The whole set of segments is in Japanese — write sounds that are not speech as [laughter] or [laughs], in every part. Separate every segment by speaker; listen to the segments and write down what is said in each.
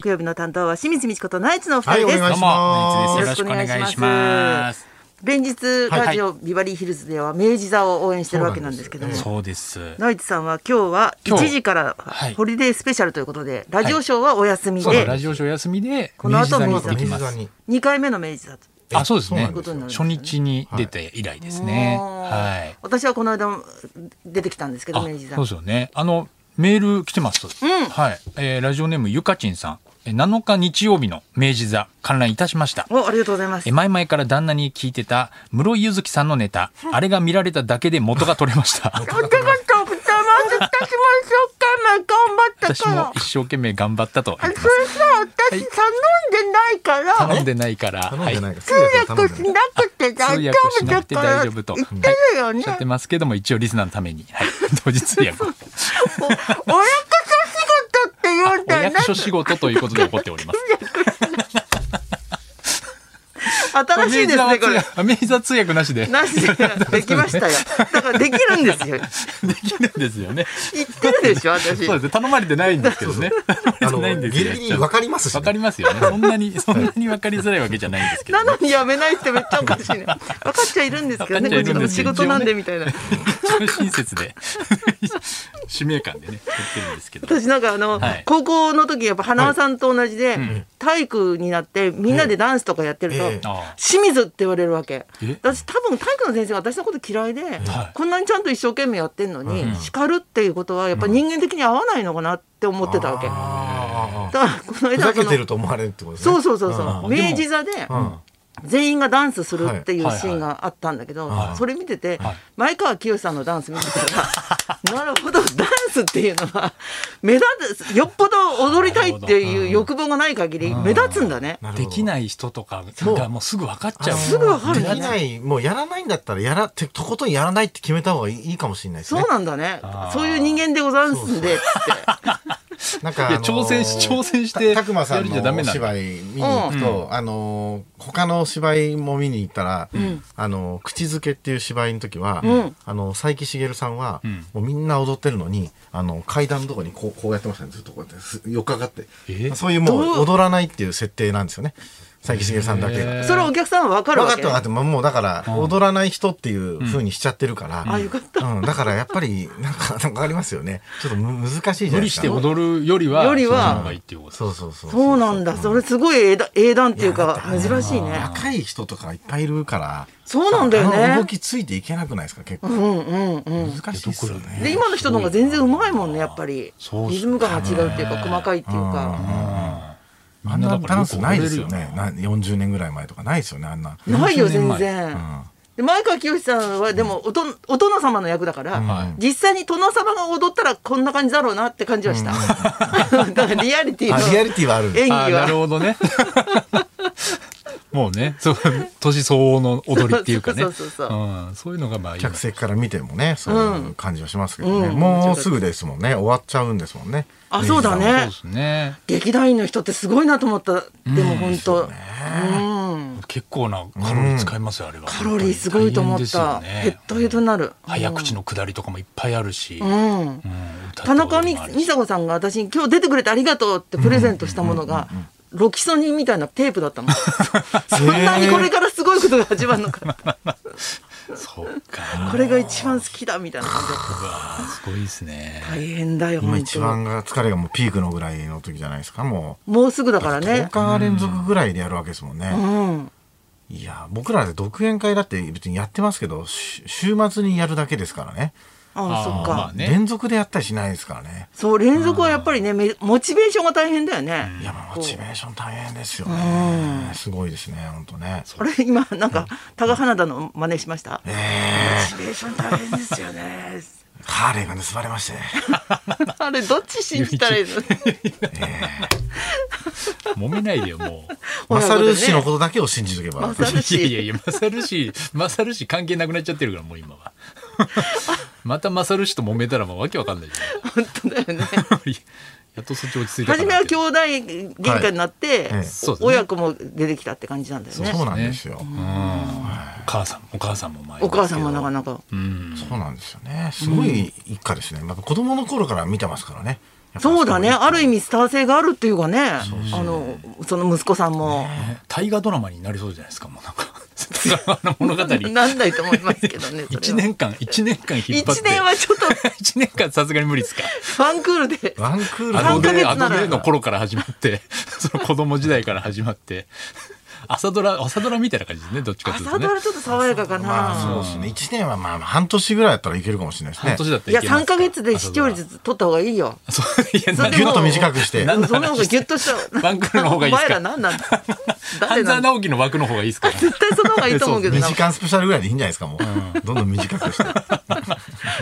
Speaker 1: 木曜日の担当は清水美智子とナイツのお二
Speaker 2: はい、
Speaker 1: 人
Speaker 2: お
Speaker 1: です。
Speaker 2: 願いし
Speaker 1: す
Speaker 2: ま
Speaker 1: よ
Speaker 2: す。
Speaker 1: ろ
Speaker 2: よ
Speaker 1: しくお願いします
Speaker 3: す。
Speaker 1: 連日ラジオビバリーヒルズでは明治座を応援してるわけなんですけども、
Speaker 3: そうです。
Speaker 1: ナイツさんは今日は1
Speaker 3: 今日
Speaker 1: 時から
Speaker 3: はい
Speaker 1: ホリデースペシャルということで、ラジオショーはお休み
Speaker 3: そう
Speaker 1: で
Speaker 3: ラジオショー休みで、
Speaker 1: この後
Speaker 3: 明治座に行っ
Speaker 1: す
Speaker 3: てき
Speaker 2: 水
Speaker 3: ま
Speaker 2: 座
Speaker 3: す。
Speaker 2: に。
Speaker 1: 2回目の明治座と。
Speaker 3: あ、そうです
Speaker 2: そうな
Speaker 3: ね
Speaker 2: んですよ。
Speaker 3: 初日に出て以来ですね。はい。
Speaker 1: 私はこの間も出てきたんですけど
Speaker 3: あ
Speaker 1: 明治座
Speaker 3: そうですよね。あのメール来てます。
Speaker 1: ん
Speaker 3: はい、えーラジオネームゆかちんさん。えー7日日曜日の明治座観覧いたしました。
Speaker 1: おありがとうございます
Speaker 3: えー前々から旦那に聞いてた室井ゆずきさんのネタ、あれが見られただけで元が取れました。
Speaker 1: お手がとく
Speaker 3: [laughs]
Speaker 1: てます私も一生懸命頑張った
Speaker 3: 私
Speaker 1: か
Speaker 3: も
Speaker 1: ら
Speaker 3: 一生懸命頑張ったと
Speaker 1: あ
Speaker 3: 言
Speaker 1: そ
Speaker 3: っ
Speaker 1: れさ
Speaker 3: てます。
Speaker 1: 私頼んでないから
Speaker 3: 頼んでないから、
Speaker 2: 頼ん
Speaker 3: はい
Speaker 2: で
Speaker 3: お
Speaker 2: ない
Speaker 3: っ
Speaker 2: か
Speaker 1: 通
Speaker 2: ら。
Speaker 1: 訳しなくて大丈夫だから
Speaker 3: 通訳しなくて大
Speaker 1: 言
Speaker 3: 丈
Speaker 1: っ
Speaker 3: 夫
Speaker 1: て
Speaker 3: と
Speaker 1: るよね
Speaker 3: しゃってますけども、一応リスナーのために、はい、同日通
Speaker 1: [laughs]
Speaker 3: 訳。
Speaker 1: おお役所仕事って言うん
Speaker 3: お
Speaker 1: だよね
Speaker 3: 役所仕事ということで起こって
Speaker 1: [laughs]
Speaker 3: おります。
Speaker 1: 新しいですねこれ
Speaker 3: 明治座通訳 [laughs] なしで。
Speaker 1: なしでできましたよだからできるんですよ
Speaker 3: できるんですよね。
Speaker 1: 言ってるでしょ私
Speaker 3: そうですね。頼まれてないんですけどね。
Speaker 2: あ
Speaker 3: 頼まれて
Speaker 2: の
Speaker 3: ないん、です
Speaker 2: ギ
Speaker 3: よ
Speaker 2: リギリわかりますし
Speaker 3: わか
Speaker 2: ね。
Speaker 3: りますよね。そんなに、そんなにわかりづらいわけじゃないんですけど
Speaker 1: な
Speaker 3: ね。
Speaker 1: のにやめないってめっちゃおかしいね分かっちゃいるんですけどねこれ
Speaker 3: 分かっちゃいるんです
Speaker 1: 仕
Speaker 3: よ
Speaker 1: 事なんでみたいな
Speaker 3: 一応親切で、 [laughs] 使命感でね、やってるんですけど。
Speaker 1: 私なんかあの、
Speaker 3: はい
Speaker 1: 高校の時やっぱ花輪さんと同じで、体育になってみんなでダンスとかやってると、
Speaker 2: ええ
Speaker 3: ああ
Speaker 1: 清水って言われるわけ
Speaker 3: え
Speaker 1: 私多分体育の先生が私のこと嫌いで、こんなにちゃんと一生懸命やってんのに、叱るっていうことはやっぱ人間的に合わないのかなって思ってたわけ、だか
Speaker 2: あー
Speaker 1: らこの
Speaker 2: ふ
Speaker 1: 間
Speaker 2: ざけ
Speaker 1: そ
Speaker 2: て
Speaker 1: の
Speaker 2: ると思われるってことですね。
Speaker 1: そうそうそうそううん明治座で
Speaker 2: ん
Speaker 1: 全員がダンスするっていうシーンがあったんだけど、
Speaker 2: はいはい
Speaker 1: それ見てて、
Speaker 3: はい
Speaker 1: 前川清さんのダンス見てたら [laughs] なるほどダンスっていうのは目立つよっぽど踊りたいっていう欲望がない限り目立つんだね。
Speaker 2: なるほ
Speaker 3: で
Speaker 2: ど
Speaker 3: きない人とかがもうすぐ分かっちゃう。
Speaker 1: すぐわかる
Speaker 2: で
Speaker 1: ね
Speaker 2: きない、もうやらないんだったら、やら、て、とことんやらないって決めた方がいいいいかもしれないです
Speaker 1: そう
Speaker 2: ね。
Speaker 1: なんだね
Speaker 3: あ。ー
Speaker 1: そういう人間でござんすんで、つって。
Speaker 2: なんか、
Speaker 3: い
Speaker 2: あ
Speaker 3: や
Speaker 2: のー
Speaker 3: 挑戦し挑戦して
Speaker 2: たたくまさん
Speaker 3: やるんじゃダ
Speaker 2: の
Speaker 3: メ
Speaker 2: お
Speaker 3: なんだ
Speaker 2: 芝居見に行くと、あのー他の芝居も見に行ったら、あのー口づけっていう芝居の時は、
Speaker 1: ん
Speaker 2: あのー佐伯茂さんは、
Speaker 3: ん
Speaker 2: もうみんな踊ってるのに、あのー階段のとこにこうこうやってましたね。ずっとこうやってす、よっかかって
Speaker 3: え。
Speaker 2: そういうも
Speaker 1: どう
Speaker 2: う踊らないっていう設定なんですよね。佐伯茂さんだけが。
Speaker 3: えー
Speaker 1: それはお客さんはわかる
Speaker 2: 分
Speaker 1: わ
Speaker 2: かっ
Speaker 1: け。
Speaker 2: た分かった。もうだから、踊らない人っていう風にしちゃってるから。
Speaker 1: あよかった
Speaker 2: うん、だからやっぱり、なんか、なんかありますよね。ちょっとむ難しいじゃ
Speaker 3: 無
Speaker 2: ない
Speaker 3: 理
Speaker 2: です
Speaker 3: し
Speaker 2: か。
Speaker 3: て踊るよりは、
Speaker 1: よりは
Speaker 3: その方がいいっていうこと
Speaker 2: そうそうそう。
Speaker 1: そうなんだ。それすごい英断英断っていうか、
Speaker 2: いやだから
Speaker 1: 珍しいね。
Speaker 2: 若い人とかいっぱいいるから。
Speaker 1: そうなんだよね
Speaker 2: あの動きついていけなくないですか、結構。
Speaker 1: うんうんうん。
Speaker 2: 難しいですよね。
Speaker 1: で、今の人の方が全然うまいもんね、やっぱり
Speaker 3: そう。っすね
Speaker 1: リズム感が違うっていうか、細かいっていうか。
Speaker 2: あんなダンスないですよ
Speaker 3: みんな
Speaker 2: ね。な40年ぐらい前とかないですよね、あんな。
Speaker 1: ないよ、
Speaker 3: 40年
Speaker 1: 全然
Speaker 3: 前
Speaker 2: ん。
Speaker 1: で前川清さんはでもおとお殿様の役だから、
Speaker 3: はい
Speaker 1: 実際に殿様が踊ったらこんな感じだろうなって感じはした、 [laughs] だからリアリティ
Speaker 2: あリアリ
Speaker 1: の
Speaker 2: ティはあるんだ
Speaker 1: 演
Speaker 3: あー
Speaker 1: 技
Speaker 3: なる
Speaker 1: は
Speaker 3: ほ
Speaker 1: [laughs]
Speaker 3: どね。もうね、そう、年相応の踊りっていうかね。
Speaker 1: そうそうそうそ
Speaker 3: んそういうのがまあいい
Speaker 2: 客席から見てもね、そういう感じはしますけどね。
Speaker 1: うん
Speaker 2: もうすぐですもんね。終わっちゃうんですもんね。
Speaker 1: あそうだ
Speaker 3: そう
Speaker 1: ね
Speaker 3: ですね。
Speaker 1: 劇団員の人ってすごいなと思ったでも本当、うん
Speaker 3: 結構なカロリー使いますよ、あれは。
Speaker 1: カロリーすごいと思った、
Speaker 3: 大変です
Speaker 1: ヘ
Speaker 3: よ
Speaker 1: ッ
Speaker 3: ね
Speaker 1: ドヘッドになる
Speaker 3: 早口の下りとかもいっぱいあるし。
Speaker 1: う
Speaker 3: うん
Speaker 1: ん、
Speaker 3: 歌った
Speaker 1: 田中美
Speaker 3: こともあるし
Speaker 1: 美佐子さんが私に今日出てくれてありがとうってプレゼントしたものが、ロキソニンみたいなテープだったの。そんなにこれからすごいことが始まるのか。
Speaker 3: そうか。
Speaker 1: これが一番好きだみたいな感じだった
Speaker 3: うわーすごいですね。
Speaker 1: 大変だよ、
Speaker 2: 今
Speaker 1: 本
Speaker 2: 一
Speaker 1: 当に。
Speaker 2: 番が疲れがもうピークのぐらいの時じゃないですか、もう。
Speaker 1: もうすぐだからね
Speaker 2: 10。日連続ぐらいでやるわけですもんね。
Speaker 1: うん。
Speaker 2: いや、僕らで独演会だって別にやってますけど、し週末にやるだけですからね。
Speaker 1: ああ、
Speaker 3: あー
Speaker 1: そっ
Speaker 3: ま
Speaker 1: か
Speaker 3: あ。ね
Speaker 2: 連続でやったりしないですからね。
Speaker 1: そう、連続はやっぱりね、めモチベーションが大変だよね。
Speaker 2: いや、まあモチベーション大変ですよね。すごいですね、本当ね。
Speaker 1: あれ、今、なんか、タガ花田の真似しました。モ
Speaker 2: え
Speaker 1: チベーション大変ですよね。
Speaker 2: ー、ハーレーが盗まれま [laughs] してね。
Speaker 1: [laughs] あれ、どっち信じたらいいの
Speaker 3: 揉めないでよ、もう。
Speaker 2: マサル氏のことだけを信じとけば。
Speaker 1: 勝るし
Speaker 3: [laughs] いやいやいや、勝るし、勝るし関係なくなっちゃってるから、もう
Speaker 1: [laughs]
Speaker 3: 今は。また勝るしと揉めたらもうわけわかんないじ
Speaker 1: 本当だよ
Speaker 3: [laughs]
Speaker 1: ね。
Speaker 3: ゃん。やっとそっち落ち着いたか
Speaker 1: 初め
Speaker 3: な
Speaker 1: は
Speaker 3: って
Speaker 1: 兄弟喧嘩になって、
Speaker 2: はいええ
Speaker 3: そうですね
Speaker 1: 親子も出てきたって感じなんだよ
Speaker 2: そう
Speaker 1: ね。
Speaker 2: そうなんですよ。
Speaker 3: お母さん、お母さんも前。
Speaker 1: お母さんもなかなか。
Speaker 3: うん。
Speaker 2: そうなんですよね。すごい一家ですね。まあ子供の頃から見てますからね。
Speaker 1: そうだねある意味スター性があるっていうかねあのその息子さんも
Speaker 3: 大河ドラマになりそうじゃないですかもうなんか [laughs] ドラマの物語
Speaker 1: [laughs] なんないと思いますけどねそれは
Speaker 3: 一年間一年間引っ張って
Speaker 1: 一年はちょっと
Speaker 3: [laughs] 一年間さすがに無理ですか
Speaker 1: ファンクールで
Speaker 2: ワンクール
Speaker 3: あ
Speaker 2: で
Speaker 3: の
Speaker 1: 三ヶ月
Speaker 3: ね、
Speaker 1: な
Speaker 3: あ
Speaker 1: ら
Speaker 3: のねの頃から始まって、 [laughs] その子供時代から始まって、 [laughs] 朝ドラ、朝ドラみたいな感じですね、どっちかという
Speaker 1: 朝
Speaker 3: とね
Speaker 1: ド。ラちょっと爽やかか
Speaker 2: まあ
Speaker 1: な
Speaker 2: そうですね1年はまあ半年ぐらいだったらいけるかもしれないですね
Speaker 3: 半年だった
Speaker 1: い
Speaker 3: ら
Speaker 1: や
Speaker 3: けます
Speaker 1: 3か月で視聴率取った方がいいよ
Speaker 3: そう、いや、
Speaker 1: それ
Speaker 3: なん
Speaker 1: で
Speaker 3: か
Speaker 2: ギュッと短くして
Speaker 3: なん
Speaker 1: その方がギュッとした
Speaker 3: ワンクールの方がいいっすか
Speaker 1: お前ら何なんだ誰
Speaker 3: [laughs] 半
Speaker 1: な
Speaker 3: 沢
Speaker 1: んだ
Speaker 3: 直樹の枠の方がいいですから、
Speaker 1: 絶対その方がいいと思うけど
Speaker 2: 2
Speaker 1: な
Speaker 2: 時間スペシャルぐらいでいいんじゃないですかもうどんどん短くして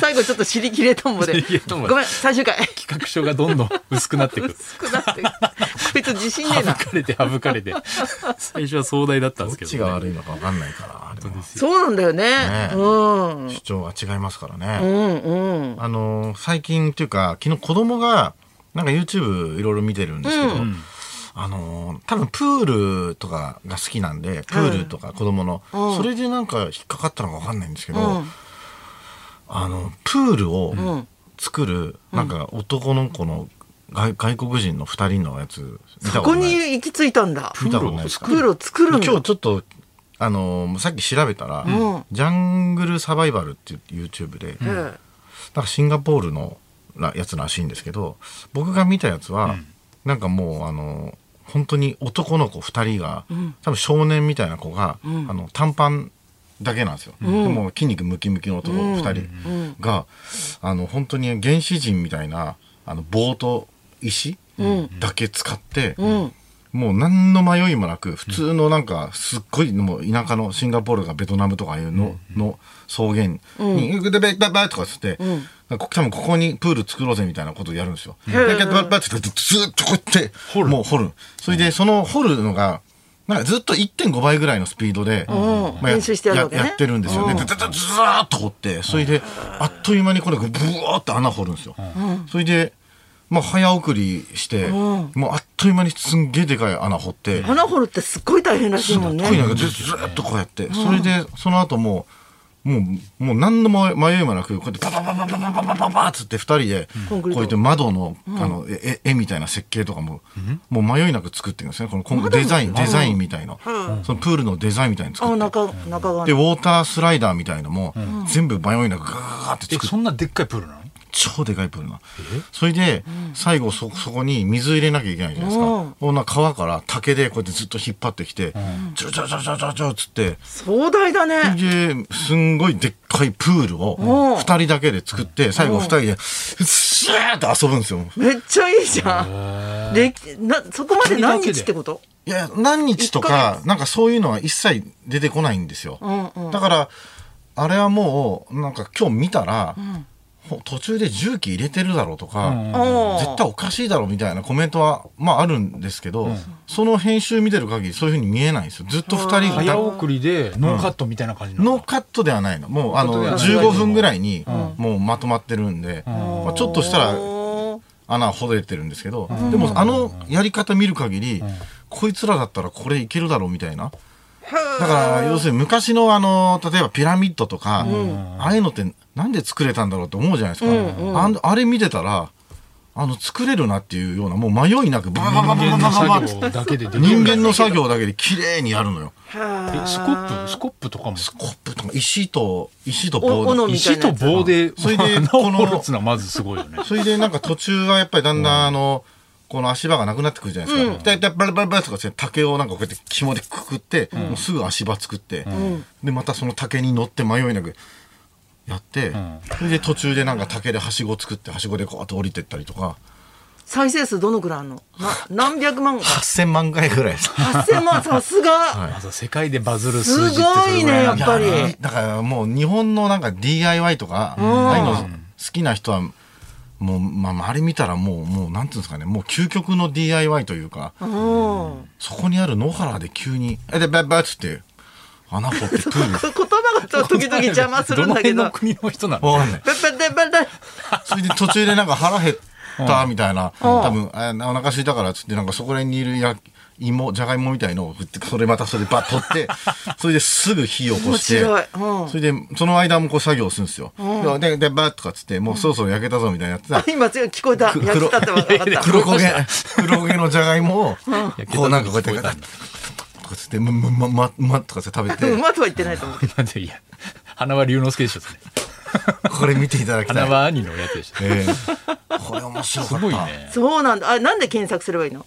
Speaker 1: 最後ちょっと尻切れとんぼで
Speaker 3: 尻切れとんぼで
Speaker 1: ごめん最終回
Speaker 3: 企画書がどんどん薄くなってくる。
Speaker 1: 薄くなってこいつ自信ねえ
Speaker 3: 省
Speaker 1: な
Speaker 3: かれて省かれて。最初は壮大だったん
Speaker 2: ど
Speaker 3: で
Speaker 2: っ
Speaker 3: すけ
Speaker 2: ち
Speaker 3: ど、
Speaker 2: が
Speaker 3: ね。
Speaker 2: 悪いのか分かんないからあれは
Speaker 1: そうなんだよね
Speaker 2: え
Speaker 1: うん
Speaker 2: 主張は違いますからね、
Speaker 1: うんうん
Speaker 2: あの最近っていうか昨日子供がなんか YouTube いろいろ見てるんですけど、
Speaker 3: ん
Speaker 2: あの多分プールとかが好きなんでプールとか子供の、
Speaker 1: うん
Speaker 2: それでなんか引っかかったのか分かんないんですけど、
Speaker 1: うん
Speaker 2: あのプールを
Speaker 1: ん
Speaker 2: 作るなんか男の子の外外国人の2人のやつ見た
Speaker 1: そ
Speaker 2: こと
Speaker 1: こ
Speaker 2: ない
Speaker 1: に行き着いたんだ
Speaker 2: 見たことないですか
Speaker 1: プールを作るんだ
Speaker 2: 今日ちょっとあのさっき調べたら、
Speaker 1: ん
Speaker 2: ジャングルサバイバルっていう YouTube で、
Speaker 1: ええ
Speaker 2: なんかシンガポールのらやつらしいんですけど僕が見たやつは、なんかもうあの本当に男の子2人が、多分少年みたいな子が、あの短パンだけなんですよ、でも筋肉ムキムキの男2人が、あの本当に原始人みたいなあの棒と石だけ使って、
Speaker 1: うん
Speaker 2: もう何の迷いもなく普通のなんかすっごいもう田舎のシンガポールがベトナムとかいうの,、の草原に「グデベッバッバッ」とかつって、なんか多分ここにプール作ろうぜみたいなことをやるんですよ。で
Speaker 1: へえ
Speaker 2: ガッバッバッってずっとこうやって
Speaker 3: 掘る
Speaker 2: もう掘るそれでその掘るのがなんかずっと1.5倍ぐらいのスピードで、
Speaker 1: ん
Speaker 2: や
Speaker 1: 練習してやるわけね
Speaker 2: やってるんですよね。
Speaker 1: うん
Speaker 2: でずずずずーっと掘ってそれであっという間にこれがブワーって穴掘るんですよ。それでまあ、早送りして、もうあっという間にすんげえでかい穴掘って、
Speaker 1: 穴掘るってすっごい大変らしいもんね
Speaker 2: すっごいなんかずずーっとこうやって、それでその後もうもうもう何の迷いもなくこうやってパパパパパパパパパパっつって2人で
Speaker 1: う
Speaker 2: こ
Speaker 1: ん
Speaker 2: うやって窓の,、あのえ絵絵みたいな設計とかも,、もう迷いなく作っていくんですねこのこのデザインデザインみたいな、そのプールのデザインみたいに作
Speaker 1: あ
Speaker 2: って
Speaker 1: 中中川
Speaker 2: でウォータースライダーみたいのも、全部迷いなくガーガーって
Speaker 3: え、
Speaker 2: 作って
Speaker 3: そんなでっかいプールなの
Speaker 2: 超でかいプールなそれで、最後そそこに水入れなきゃいけないじゃないですか、こんな川から竹でこうやってずっと引っ張ってきて、ちょちょちょちょちょちょっつって
Speaker 1: 壮大だね
Speaker 2: ですんごいでっかいプールを
Speaker 1: うん
Speaker 2: 2人だけで作って最後2人でシャーッと遊ぶんですよ
Speaker 1: めっちゃいいじゃん。できなそこまで何日ってこと？
Speaker 2: いや何日と
Speaker 1: 一ヶ
Speaker 2: かなんかそういうのは一切出てこないんですよ、
Speaker 1: うんうん
Speaker 2: だからあれはもうなんか今日見たら、ほ途中で重機入れてるだろうとか、
Speaker 3: うん
Speaker 1: おー
Speaker 2: 絶対おかしいだろみたいなコメントは、まあ、あるんですけど、その編集見てる限りそういうふうに見えないんですよずっと2人
Speaker 3: 早
Speaker 2: が
Speaker 3: 送りでノーカットみたいな感じな
Speaker 2: ノー
Speaker 3: の。
Speaker 2: カットではないのもうあ
Speaker 3: ノーカ
Speaker 2: の
Speaker 3: ットではない
Speaker 2: 15分ぐらいにもうまとまってるんで、まあ、ちょっとしたら
Speaker 1: おー
Speaker 2: 穴はほれてるんですけど、でもあのやり方見る限り、こいつらだったらこれいけるだろうみたいな。だから要するに昔のあの例えばピラミッドとか、ああいうのってなんで作れたんだろうって思うじゃないですか、あんあれ見てたらあの作れるなっていうようなもう迷いなくババババ
Speaker 3: 人
Speaker 2: バ
Speaker 3: 間の
Speaker 2: バババ
Speaker 3: 作業だけでできる
Speaker 2: 人間の作業だけで綺麗にやるのよ
Speaker 1: は
Speaker 3: えスコップスコップとかも。
Speaker 2: コップとか石と石と
Speaker 1: お
Speaker 2: 棒
Speaker 1: 斧
Speaker 2: で
Speaker 1: みたい
Speaker 3: 石
Speaker 1: な
Speaker 3: と
Speaker 1: やつ
Speaker 3: 棒で、
Speaker 2: それで
Speaker 3: 穴を
Speaker 2: この
Speaker 3: 掘るっつうの [laughs] はまずすごいよね。
Speaker 2: それでなんか途中はやっぱりだんだんあの、この足場がなくなってくるじゃないですか。だいたいバラバラバラとかして竹をなんかこうやって紐でくくって、もうすぐ足場作って、で、またその竹に乗って迷いなくやって、
Speaker 3: ん
Speaker 2: それで途中でなんか竹ではしご作って、はしごでこうやって降りてったりとか、
Speaker 1: 再生数どのくらいあんの？な何百万か。
Speaker 2: 8000万回ぐらいです。
Speaker 1: 八千万さすが。
Speaker 3: まず世界でバズる数字ってそれぐらいなん
Speaker 1: す
Speaker 3: だ
Speaker 1: やごっぱり
Speaker 2: いだからもう日本のなんか DIY とか、ああいうの好きな人はもう、まあ、あれ見たらもうもうなんていうんですかねもう究極の DIY というか、
Speaker 1: うん。
Speaker 2: そこにある野原で急に「えでバッバッ」つって穴掘ってプール [laughs]
Speaker 1: 言葉がちょっと時々邪魔するんだけ
Speaker 3: ど
Speaker 1: ど。
Speaker 3: の辺の国の人なの
Speaker 2: わかんない
Speaker 1: ペペペペペ
Speaker 2: それで途中でなんか腹減ったみたいな、多分あお腹空いたからっつってなんかそこら辺にいるや芋じゃがいもみたいのを振ってそれまたそれでバッと取ってそれですぐ火を起こして、
Speaker 1: 面白いうん
Speaker 2: それでその間もこう作業するんですよ、ででバッとかっつってもうそろそろ焼けたぞみたいなやつ
Speaker 1: あ今強い聞こえた。
Speaker 2: 黒
Speaker 1: 焼きたって分かっ
Speaker 3: いやい
Speaker 1: た
Speaker 3: や。
Speaker 2: 黒焦げ黒焦げのじゃがいもを
Speaker 3: けた
Speaker 2: こうなんかこうやってガタッ
Speaker 3: 時に聞こえたんだ
Speaker 2: とかっつってまままままとかっつって食べ
Speaker 1: でもう
Speaker 2: て
Speaker 1: まとは言ってないと思うけど。
Speaker 3: なんで [laughs] いや花輪龍之介でしょ
Speaker 2: [laughs]
Speaker 3: それ
Speaker 2: これ見ていただきた
Speaker 3: 花
Speaker 2: い、
Speaker 3: 輪兄のやつでしょ
Speaker 2: ええこれ面白か
Speaker 3: す
Speaker 2: った
Speaker 3: ごいね
Speaker 1: そうなんだ。あ、なんで検索すればいいの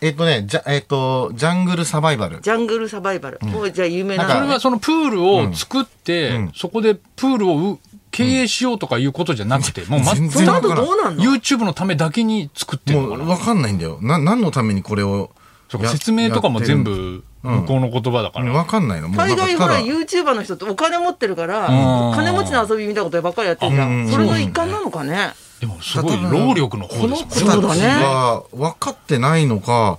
Speaker 2: えっとねじゃえっとジャングルサバイバル
Speaker 1: ジャングルサバイバル。おじゃあ有名な。
Speaker 2: なん
Speaker 3: そ
Speaker 2: か
Speaker 3: れはそのプールを作って、
Speaker 2: うん
Speaker 3: そこでプールをう経営しようとかいうことじゃなくて、もうま
Speaker 2: 全
Speaker 1: そ
Speaker 2: 然
Speaker 1: の
Speaker 2: わ
Speaker 1: 後
Speaker 2: からん
Speaker 1: どうなんの
Speaker 3: YouTube のためだけに作ってる
Speaker 2: も
Speaker 3: の
Speaker 2: う
Speaker 3: かな
Speaker 2: 分かんないんだよな何のためにこれを
Speaker 3: そうか
Speaker 2: や
Speaker 3: 説明とかも全
Speaker 2: やって
Speaker 3: 部向こうの言葉だか
Speaker 2: る
Speaker 3: ら、
Speaker 2: 分かんないのもう
Speaker 1: 海外
Speaker 2: な
Speaker 1: ほ
Speaker 2: んからただ
Speaker 1: YouTuber の人ってお金持ってるから
Speaker 3: うん
Speaker 1: 金持ちの遊びみたいなことばっかりやってるじゃ
Speaker 2: うんん
Speaker 1: それの一環なのかね
Speaker 3: でもすごい労力の方ですもんね
Speaker 1: この
Speaker 2: 人たちは分かってないのか、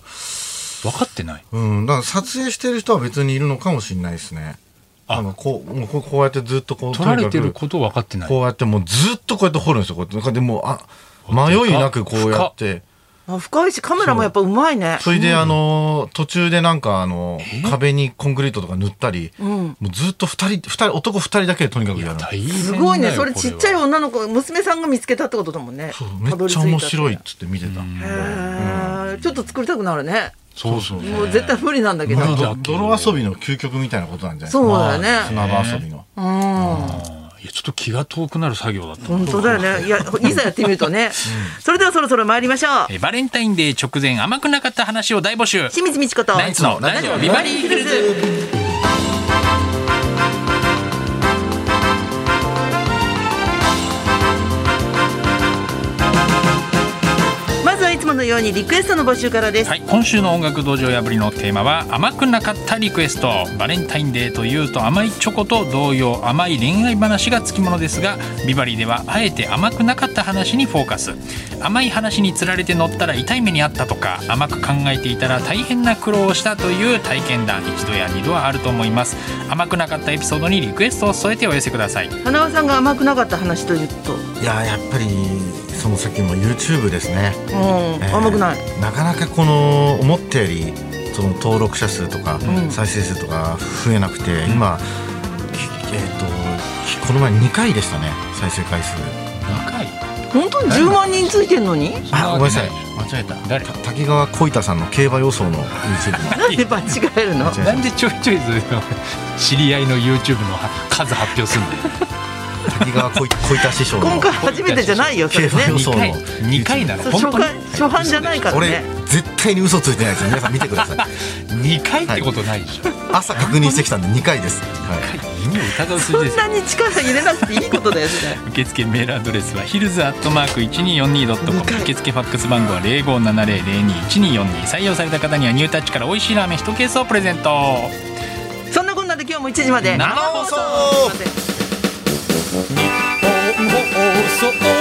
Speaker 3: 分かってない
Speaker 2: うん、だから撮影してる人は別にいるのかもしれないですね。
Speaker 3: あ
Speaker 2: あのこうもうこうこうやってずっとこう
Speaker 3: 取られて
Speaker 2: と
Speaker 3: る
Speaker 2: にか
Speaker 3: こと分かって
Speaker 2: く
Speaker 3: ない
Speaker 2: こうやってもうずっとこうやって掘るんですよ。こうやってでもうあ迷いなくこうやって
Speaker 1: あ深いしカメラもやっぱうまいね
Speaker 2: それであのー途中でなんかあのー壁にコンクリートとか塗ったり、もうずっと二人二人男二人だけでとにかくやる。
Speaker 3: 大変だよ
Speaker 1: すごいねそれ
Speaker 3: こ
Speaker 1: ちっちゃい女の子娘さんが見つけたってことだもんね
Speaker 2: そうめっちゃ
Speaker 1: たどり着
Speaker 2: 面
Speaker 1: いたって
Speaker 2: 白いっつって見てた。
Speaker 1: へーちょっと作りたくなるね
Speaker 3: そうそうね
Speaker 1: もう絶対無理なんだけど
Speaker 3: 無理
Speaker 2: ど泥遊びの究極みたいなことなんじゃないです
Speaker 1: そ
Speaker 2: か。
Speaker 1: うだよね
Speaker 2: 砂場遊びの。
Speaker 1: うん本
Speaker 3: あーいやちょっと気が遠くなる作業だった
Speaker 1: 当だよねいやいざやってみるとねそれではそろそろ参りましょう
Speaker 3: えバレンタインデー直前甘くなかった話を大募集
Speaker 1: 清水美智子と
Speaker 3: ナイツのラジオビバリーヒルズ
Speaker 1: まずはいつものようにリクエストの募集からです
Speaker 3: はい、今週の音楽道場破りのテーマは甘くなかったリクエストバレンタインデーというと甘いチョコと同様甘い恋愛話がつきものですがビバリーではあえて甘くなかった話にフォーカス甘い話につられて乗ったら痛い目にあったとか甘く考えていたら大変な苦労をしたという体験談一度や二度はあると思います甘くなかったエピソードにリクエストを添えてお寄せください
Speaker 1: 花輪さんが甘くなかった話というと、
Speaker 2: いやーやっぱりそのさっきの YouTube ですね。
Speaker 1: うん
Speaker 2: えー
Speaker 1: 甘くない。
Speaker 2: なかなかこの思ったよりその登録者数とか
Speaker 1: うん
Speaker 2: 再生数とか増えなくて、今きえっ、ときこの前2回でしたね再生回数
Speaker 3: 若い
Speaker 1: 本当に10万人ついてんのに
Speaker 2: あごめんなさい
Speaker 3: 間違えた誰
Speaker 2: た滝川小板さんの競馬予想の YouTube
Speaker 1: なんで間違えるの
Speaker 2: 間違え
Speaker 3: なんでちょいちょいそういうの [laughs] 知り合いの YouTube の数発表するんだよ
Speaker 2: 滝川小板小板師匠の
Speaker 1: 今回初めてじゃないよ [laughs] それね
Speaker 2: 競馬予想の
Speaker 3: 二回二回なの
Speaker 1: そう
Speaker 3: 本
Speaker 1: 初
Speaker 3: 当に
Speaker 1: 回初版じゃないから
Speaker 2: 俺
Speaker 1: ね
Speaker 2: 絶対に嘘ついてないです皆さん見てくだ [laughs] さい
Speaker 3: 2回ってことないでしょ、
Speaker 2: 朝確認してきたんで2回です、はい
Speaker 3: 耳を疑う数
Speaker 1: そ
Speaker 3: 字で
Speaker 1: ん
Speaker 3: すよ
Speaker 1: なに力入れなくていいことだよね
Speaker 3: 受付メールアドレスはヒルズアットマーク 1242.com 受付ファックス番号は0570021242採用された方にはニュータッチから美味しいラーメン1ケースをプレゼント
Speaker 1: そんなこんなで今日も1時まで
Speaker 3: 生放送
Speaker 1: すいません
Speaker 3: 放送